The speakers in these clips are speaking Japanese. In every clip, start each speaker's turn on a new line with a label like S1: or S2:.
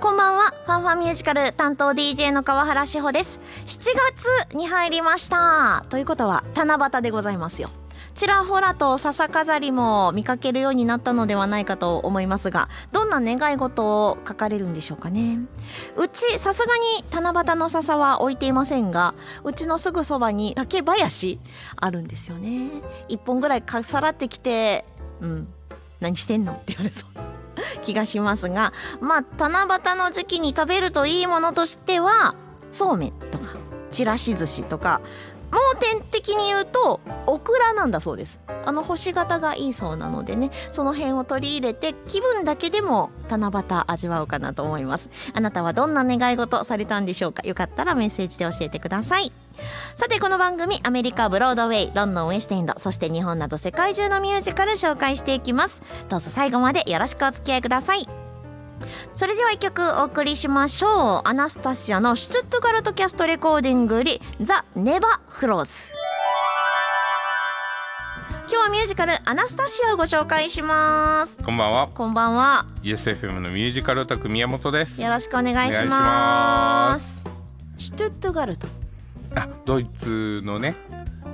S1: ファンファミュージカル担当 DJ の川原志保です7月に入りましたということは七夕でございますよちらほらと笹飾りも見かけるようになったのではないかと思いますがどんな願い事を書かれるんでしょうかねうちさすがに七夕の笹は置いていませんがうちのすぐそばに竹林あるんですよね一本ぐらいかさらってきてうん何してんのって言われそうな気がしますがまあ七夕の時期に食べるといいものとしてはそうめんとかちらし寿司とか盲点的に言うとオクラなんだそうですあの星型がいいそうなのでねその辺を取り入れて気分だけでも七夕味わおうかなと思いますあなたはどんな願い事されたんでしょうかよかったらメッセージで教えてくださいさてこの番組アメリカブロードウェイロンドンウェストエンドそして日本など世界中のミュージカル紹介していきますどうぞ最後までよろしくお付き合いくださいそれでは一曲お送りしましょうアナスタシアのシュツットガルトキャストレコーディングよりザ・ネバ・フローズ今日はミュージカルアナスタシアをご紹介します
S2: こんばんは。
S1: こんばんは
S2: ESFM のミュージカルオタク宮本です。
S1: よろしくお願いし
S2: お願いし
S1: ま
S2: ます
S1: シュツットガルト
S2: あ、ドイツのね、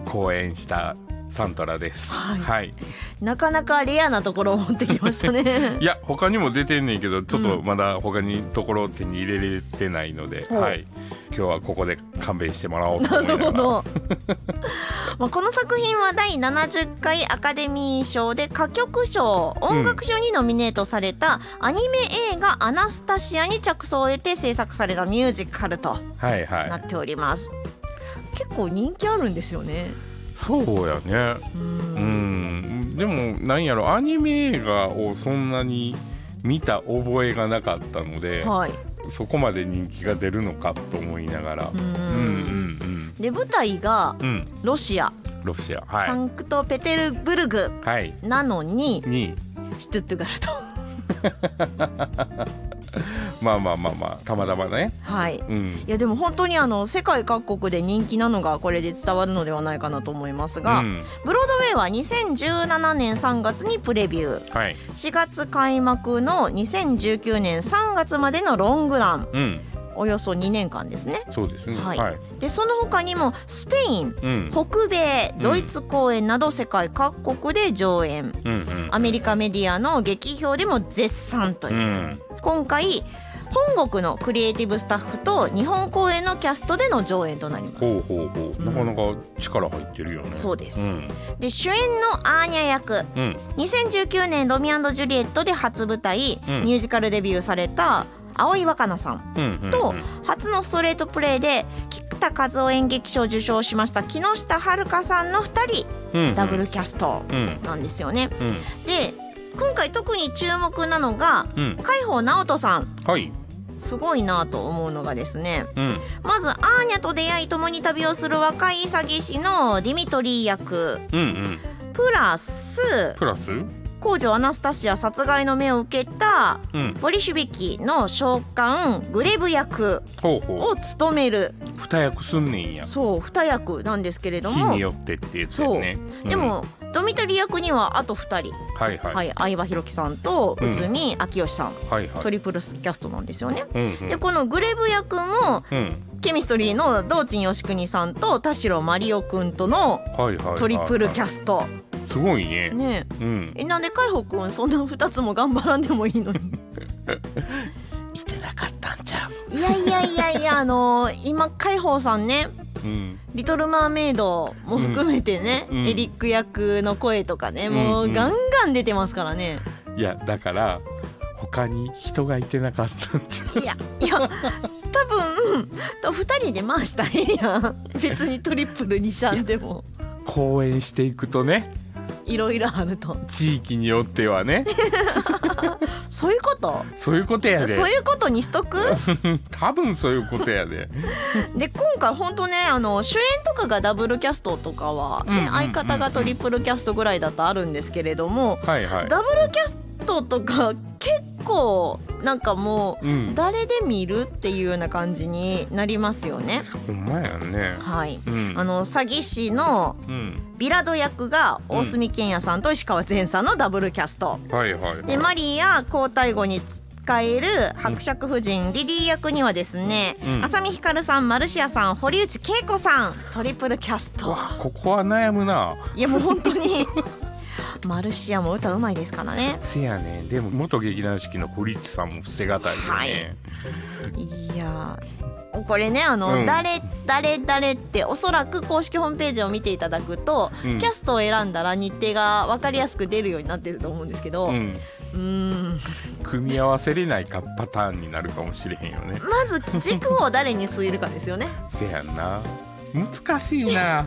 S2: 公演したサントラです。
S1: はい
S2: はい。
S1: なかなかレアなところを持ってきましたね
S2: いや、他にも出てんねんけど、ちょっ
S1: う
S2: と
S1: ん
S2: まだ他にところを手に入れれてないので、
S1: ほう
S2: はい。今日はここで勘弁してもらおう
S1: な
S2: と思いな
S1: る
S2: が
S1: ほ
S2: ら。
S1: どまあこの作品は第70回アカデミー賞で歌曲賞音楽賞にノミネートされたアニメ映画「アナスタシア」に着想を得て制作されたミュージカルと
S2: はいは
S1: なっ
S2: い。
S1: ております、結構人気あるんですよね
S2: そうやね。
S1: う
S2: うんん。でもなんやろ、アニメ映画をそんなに見た覚えがなかったので、
S1: はい
S2: そこまで人気が出るのかと思いながら
S1: う。ん
S2: うんうん
S1: で舞台が
S2: うん。うん。
S1: ロシア、
S2: ロシアは
S1: サ
S2: い
S1: ンクトペテルブルグ
S2: はい
S1: なのに
S2: に
S1: シュトゥットガルト
S2: まあまあまあまあたまたまね
S1: はい
S2: うん
S1: いやでも本当にあの世界各国で人気なのがこれで伝わるのではないかなと思いますが、
S2: うん、
S1: ブロードウェイは2017年3月にプレビュー
S2: はい
S1: 4月開幕の2019年3月までのロングラン
S2: うん
S1: およそ2年間ですね
S2: そうですね
S1: は
S2: はいい、
S1: でその他にもスペイン
S2: うん
S1: 北米
S2: うん
S1: ドイツ公演など世界各国で上演
S2: うんうん
S1: アメリカメディアの劇評でも絶賛といううん今回本国のクリエイティブスタッフと日本公演のキャストでの上演となります
S2: ほうほうほう、
S1: うん
S2: なかなか力入ってるよね
S1: そうです
S2: うん
S1: で主演のアーニャ役
S2: うん
S1: 2019年「ロミオジュリエット」で初舞台、
S2: うん
S1: ミュージカルデビューされた葵わかなさん
S2: うんうん
S1: と、初のストレートプレイで菊田和夫演劇賞を受賞しました木下遥さんの2人
S2: うんうん、
S1: ダブルキャスト
S2: うん
S1: なんですよね。
S2: うん
S1: で今回特に注目なのが
S2: うん
S1: 海宝直人さん
S2: はい
S1: すごいなと思うのがですね
S2: うん
S1: まずアーニャと出会い共に旅をする若い詐欺師のディミトリー役
S2: うんうん
S1: プラス
S2: プラス
S1: 工女アナスタシア殺害の目を受けた
S2: うん
S1: ボリシュビキの召喚グレブ役
S2: ほうほ
S1: を務める
S2: う二役すんねんや
S1: そう2役なんですけれど
S2: 日
S1: も
S2: によってって言ってよね、うん
S1: でも、ドミトリー役にはあと2人、
S2: はいはい、
S1: は
S2: はい
S1: い、相葉弘樹さんと
S2: うん
S1: 内海明義さん、
S2: はい
S1: トリプルスキャストなんですよね。
S2: うんうん
S1: でこのグレブ役も
S2: うん
S1: ケミストリーの道珍義国さんと田代真理夫くんとの
S2: はいはいはいはい
S1: トリプルキャスト。
S2: すごいね
S1: ね
S2: うん
S1: ええなんで海保くんそんな2つも頑張らんでもいいのに
S2: いてなかったんちゃう
S1: いやいやいやい やあのー今海保さんね
S2: うん
S1: 「リトル・マーメイド」も含めてね、
S2: うんうん
S1: エリック役の声とかねもううんガンガン出てますからね、
S2: いやだから他に人がいてなかったんじゃ う
S1: いやいや多分と2人で回したらええやん別にトリプルにしゃんでも
S2: 公演していくとね
S1: いろいろあると
S2: 地域によってはね
S1: そういうこと
S2: そういうことや
S1: そう
S2: で
S1: いうことにしとく
S2: 多分そういうことやで
S1: で今回ほんとねあの主演とかがダブルキャストとかは、ね
S2: うんうんうんうん
S1: 相方がトリプルキャストぐらいだとあるんですけれども、
S2: はいはい
S1: ダブルキャストとか結構なんかも
S2: う
S1: うん誰で見るっていうような感じになりますよね。
S2: ほんまやね
S1: はい、
S2: うん
S1: あの詐欺師の
S2: うん
S1: ビラド役が大隅健也さんと石川善さんのダブルキャスト、
S2: はいはいはい
S1: でマリーや皇太后に使える伯爵夫人リリー役にはですね、
S2: うん
S1: 浅見ひかるさんマルシアさん堀内恵子さんトリプルキャスト
S2: ここは悩むない
S1: やもう本当に マルシアも歌うまいですからね
S2: せやねでも元劇団四季の堀内さんも捨てがたいよね、
S1: はいいやーこれねあの、
S2: うん
S1: 誰誰誰っておそらく公式ホームページを見ていただくと、
S2: うん
S1: キャストを選んだら日程が分かりやすく出るようになってると思うんですけど、う
S2: うん
S1: ーん
S2: 組み合わせれないかパターンになるかもしれへんよね
S1: まず軸を誰に据えるかですよね
S2: せやんな難しいな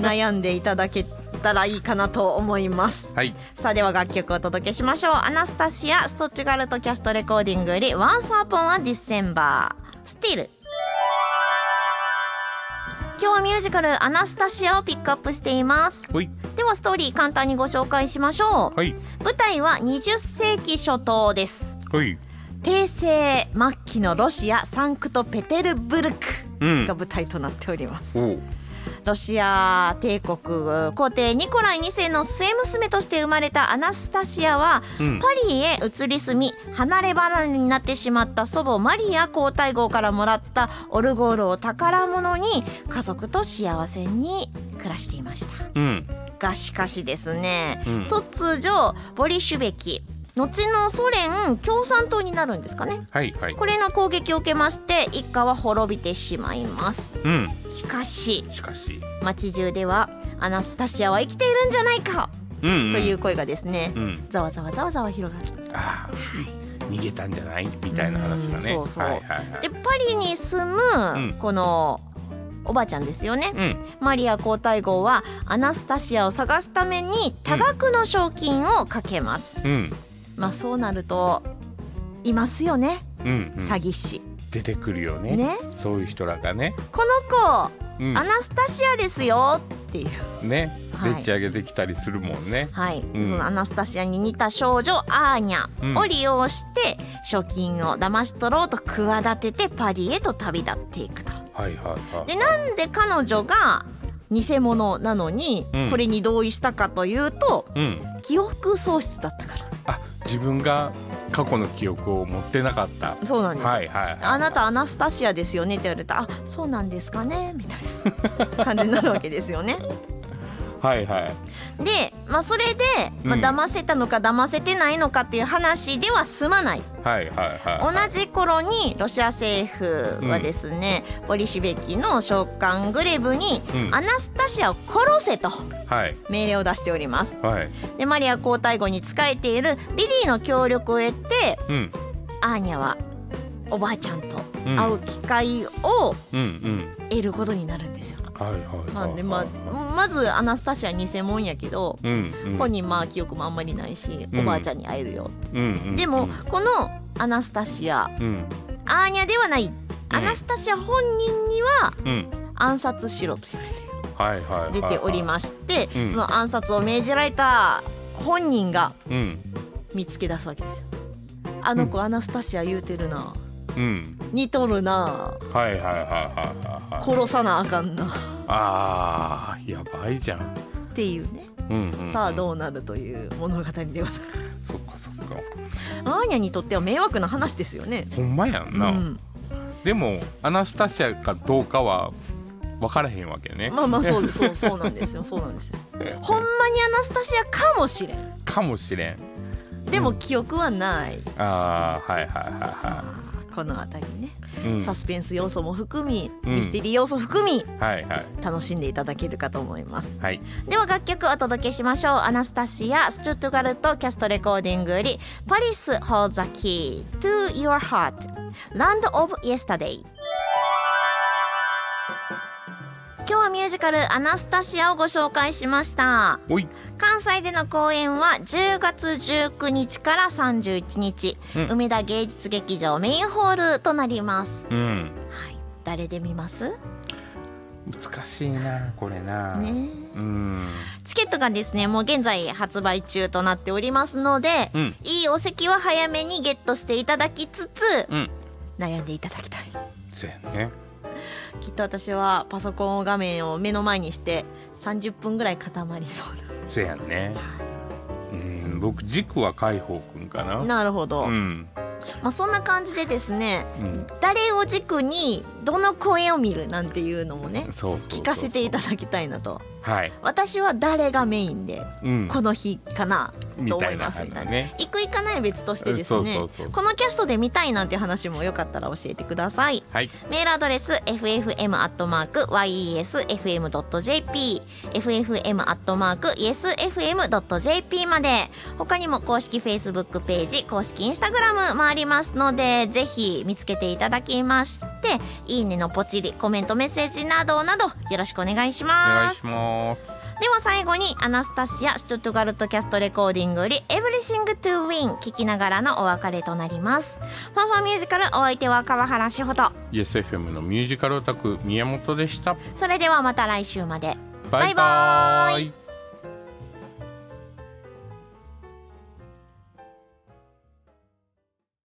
S1: 悩んでいただけたらいいかなと思います
S2: はい
S1: さあでは楽曲をお届けしましょうアナスタシアストッチュガルトキャストレコーディングより「Once Upon a December」スティル今日はミュージカル「アナスタシア」をピックアップしています
S2: ほい
S1: ではストーリー簡単にご紹介しましょう、
S2: はい
S1: 舞台は20世紀初頭です
S2: ほい
S1: 帝政末期のロシアサンクトペテルブル
S2: う
S1: ク
S2: ん
S1: が舞台となっております、
S2: おう
S1: ロシア帝国皇帝ニコライ2世の末娘として生まれたアナスタシアは、
S2: うん
S1: パリへ移り住み離れ離れになってしまった祖母マリア皇太后からもらったオルゴールを宝物に家族と幸せに暮らしていました
S2: うん
S1: がしかしですね、
S2: うん
S1: 突如ボリシュベキ後のソ連共産党になるんですかね
S2: はいはい
S1: これの攻撃を受けまして一家は滅びてしまいます
S2: うん
S1: しかし
S2: しかし
S1: 街中ではアナスタシアは生きているんじゃないか
S2: うん、うん、
S1: という声がですね、
S2: うん
S1: ざわざわざわざわ広がる
S2: ああ逃げたんじゃないみたいな話
S1: う
S2: がね
S1: んそうそう
S2: はいはいはい
S1: でパリに住む
S2: ん
S1: このおばちゃんですよね、
S2: うん
S1: マリア皇太后はアナスタシアを探すために多額の賞金をかけます、
S2: うん
S1: まあそうなるといますよね
S2: うん、うん、
S1: 詐欺師、
S2: 出てくるよね
S1: ね
S2: そういう人らがね、
S1: この
S2: う
S1: 子、
S2: ん
S1: ア、ナスタシアですよっていう
S2: ね
S1: はい
S2: でっち上げてきたりするもんね、
S1: はい、
S2: ん
S1: そのアナスタシアに似た少女アーニ
S2: うん
S1: ャを利用して賞金を騙し取ろうと企ててパリへと旅立っていくと。
S2: はいはいはい
S1: でなんで彼女が偽物なのに
S2: うん
S1: これに同意したかというと、
S2: うん
S1: 記憶喪失だったから
S2: あ自分が過去の記憶を持ってなかった
S1: そうなんです、
S2: はいはいはい
S1: あなたアナスタシアですよねって言われたらあそうなんですかねみたいな感じになるわけですよね。
S2: はいはい
S1: で、まあ、それで、まあ、
S2: うん
S1: 騙せたのか騙せてないのかっていう話では済まない
S2: はいはい
S1: 同
S2: は
S1: じ頃にロシア政府はですね、ボリシベキの召喚グレブに、
S2: うん
S1: アナスタシアを殺せと
S2: いはい
S1: 命令を出しております
S2: はい
S1: でマリア皇太后に仕えているリリーの協力を得て
S2: うん
S1: アーニャはおばあちゃんと
S2: うん
S1: 会う機会を
S2: うんうん
S1: 得ることになるんですよ、
S2: はいはいはいはい
S1: なんでまあまずアナスタシア偽物やけど、
S2: うんうん
S1: 本人まあ記憶もあんまりないし、
S2: うん
S1: おばあちゃんに会えるよ、
S2: うんうん
S1: でもこのアナスタシア
S2: うん
S1: アーニャではない、アナスタシア本人には
S2: うん
S1: 暗殺しろという
S2: はいはいはいはい
S1: 命令が出ておりまして、
S2: うん
S1: その暗殺を命じられた本人が
S2: うん
S1: 見つけ出すわけですよあの子、アナスタシア言うてるな
S2: うん
S1: 似とるな
S2: はいはいはいはいはいはい
S1: 殺さなあかんな
S2: あーやばいじゃん
S1: っていうね、
S2: うんうんうん
S1: さあどうなるという物語でございます
S2: そっかそっか
S1: アーニャにとっては迷惑な話ですよね
S2: ほんまやん
S1: う
S2: な、
S1: ん、
S2: でもアナスタシアかどうかは分からへんわけね、
S1: まあまあそうですそうそうなんですよそうなんです よほんまにアナスタシアかもしれん
S2: かもしれん
S1: でも
S2: うん
S1: 記憶はない、
S2: あーはいはい
S1: さ
S2: は
S1: あこの辺りね、
S2: いはい、うん、
S1: サスペンス要素も含み、
S2: うん
S1: ミステリー要素含み
S2: はいはい
S1: 楽しんでいただけるかと思います
S2: はい
S1: では楽曲お届けしましょうアナスタシアスチュットガルトキャストレコーディングよりパリス・ホーザキー To Your Heart Land of Yesterday 今日はミュージカルアナスタシアをご紹介しました
S2: おい
S1: 関西での公演は10月19日から31日、
S2: うん
S1: 梅田芸術劇場メインホールとなります、
S2: うん
S1: はい、誰で見ます
S2: 難しいなこれな、
S1: ねえ
S2: うん
S1: チケットがですねもう現在発売中となっておりますので、
S2: うん
S1: いいお席は早めにゲットしていただきつつ
S2: うん
S1: 悩んでいただきたい
S2: そうやね
S1: きっと私はパソコン画面を目の前にして30分ぐらい固まりそうな
S2: そうやねうん僕軸は海宝くんかな
S1: なるほど、
S2: うん
S1: まあ、そんな感じでですね
S2: うん
S1: 誰を軸にどの声を見るなんていうのもね
S2: そうそうそうそう
S1: 聞かせていただきたいなと
S2: はい、
S1: 私は誰がメインで
S2: うん、
S1: この日かなと
S2: み
S1: 思
S2: た
S1: い
S2: いな
S1: ますみ
S2: 話
S1: たいな。
S2: ね
S1: 行く行かないは別としてです
S2: うん
S1: ね
S2: そうそうそう
S1: このキャストで見たいなんて話もよかったら教えてください
S2: はい
S1: メールアドレス ffm.yesfm.jp ffm.yesfm.jp まで他にも公式 Facebook ページ公式 Instagram もありますのでぜひ見つけていただきましていいねのポチリコメントメッセージなどなどよろしくお願いし
S2: お
S1: ま
S2: 願い
S1: す
S2: します
S1: では最後にアナスタシア・シュトゥットガルトキャストレコーディングより「エブリシング・トゥ・ウィン」聞きながらのお別れとなりますファンファンミュージカルお相手は川原志穂と
S2: YesFM のミュージカルオタク宮本でした
S1: それではまた来週まで
S2: バイバ
S1: バイバ
S2: ー
S1: ー
S2: イ
S1: イ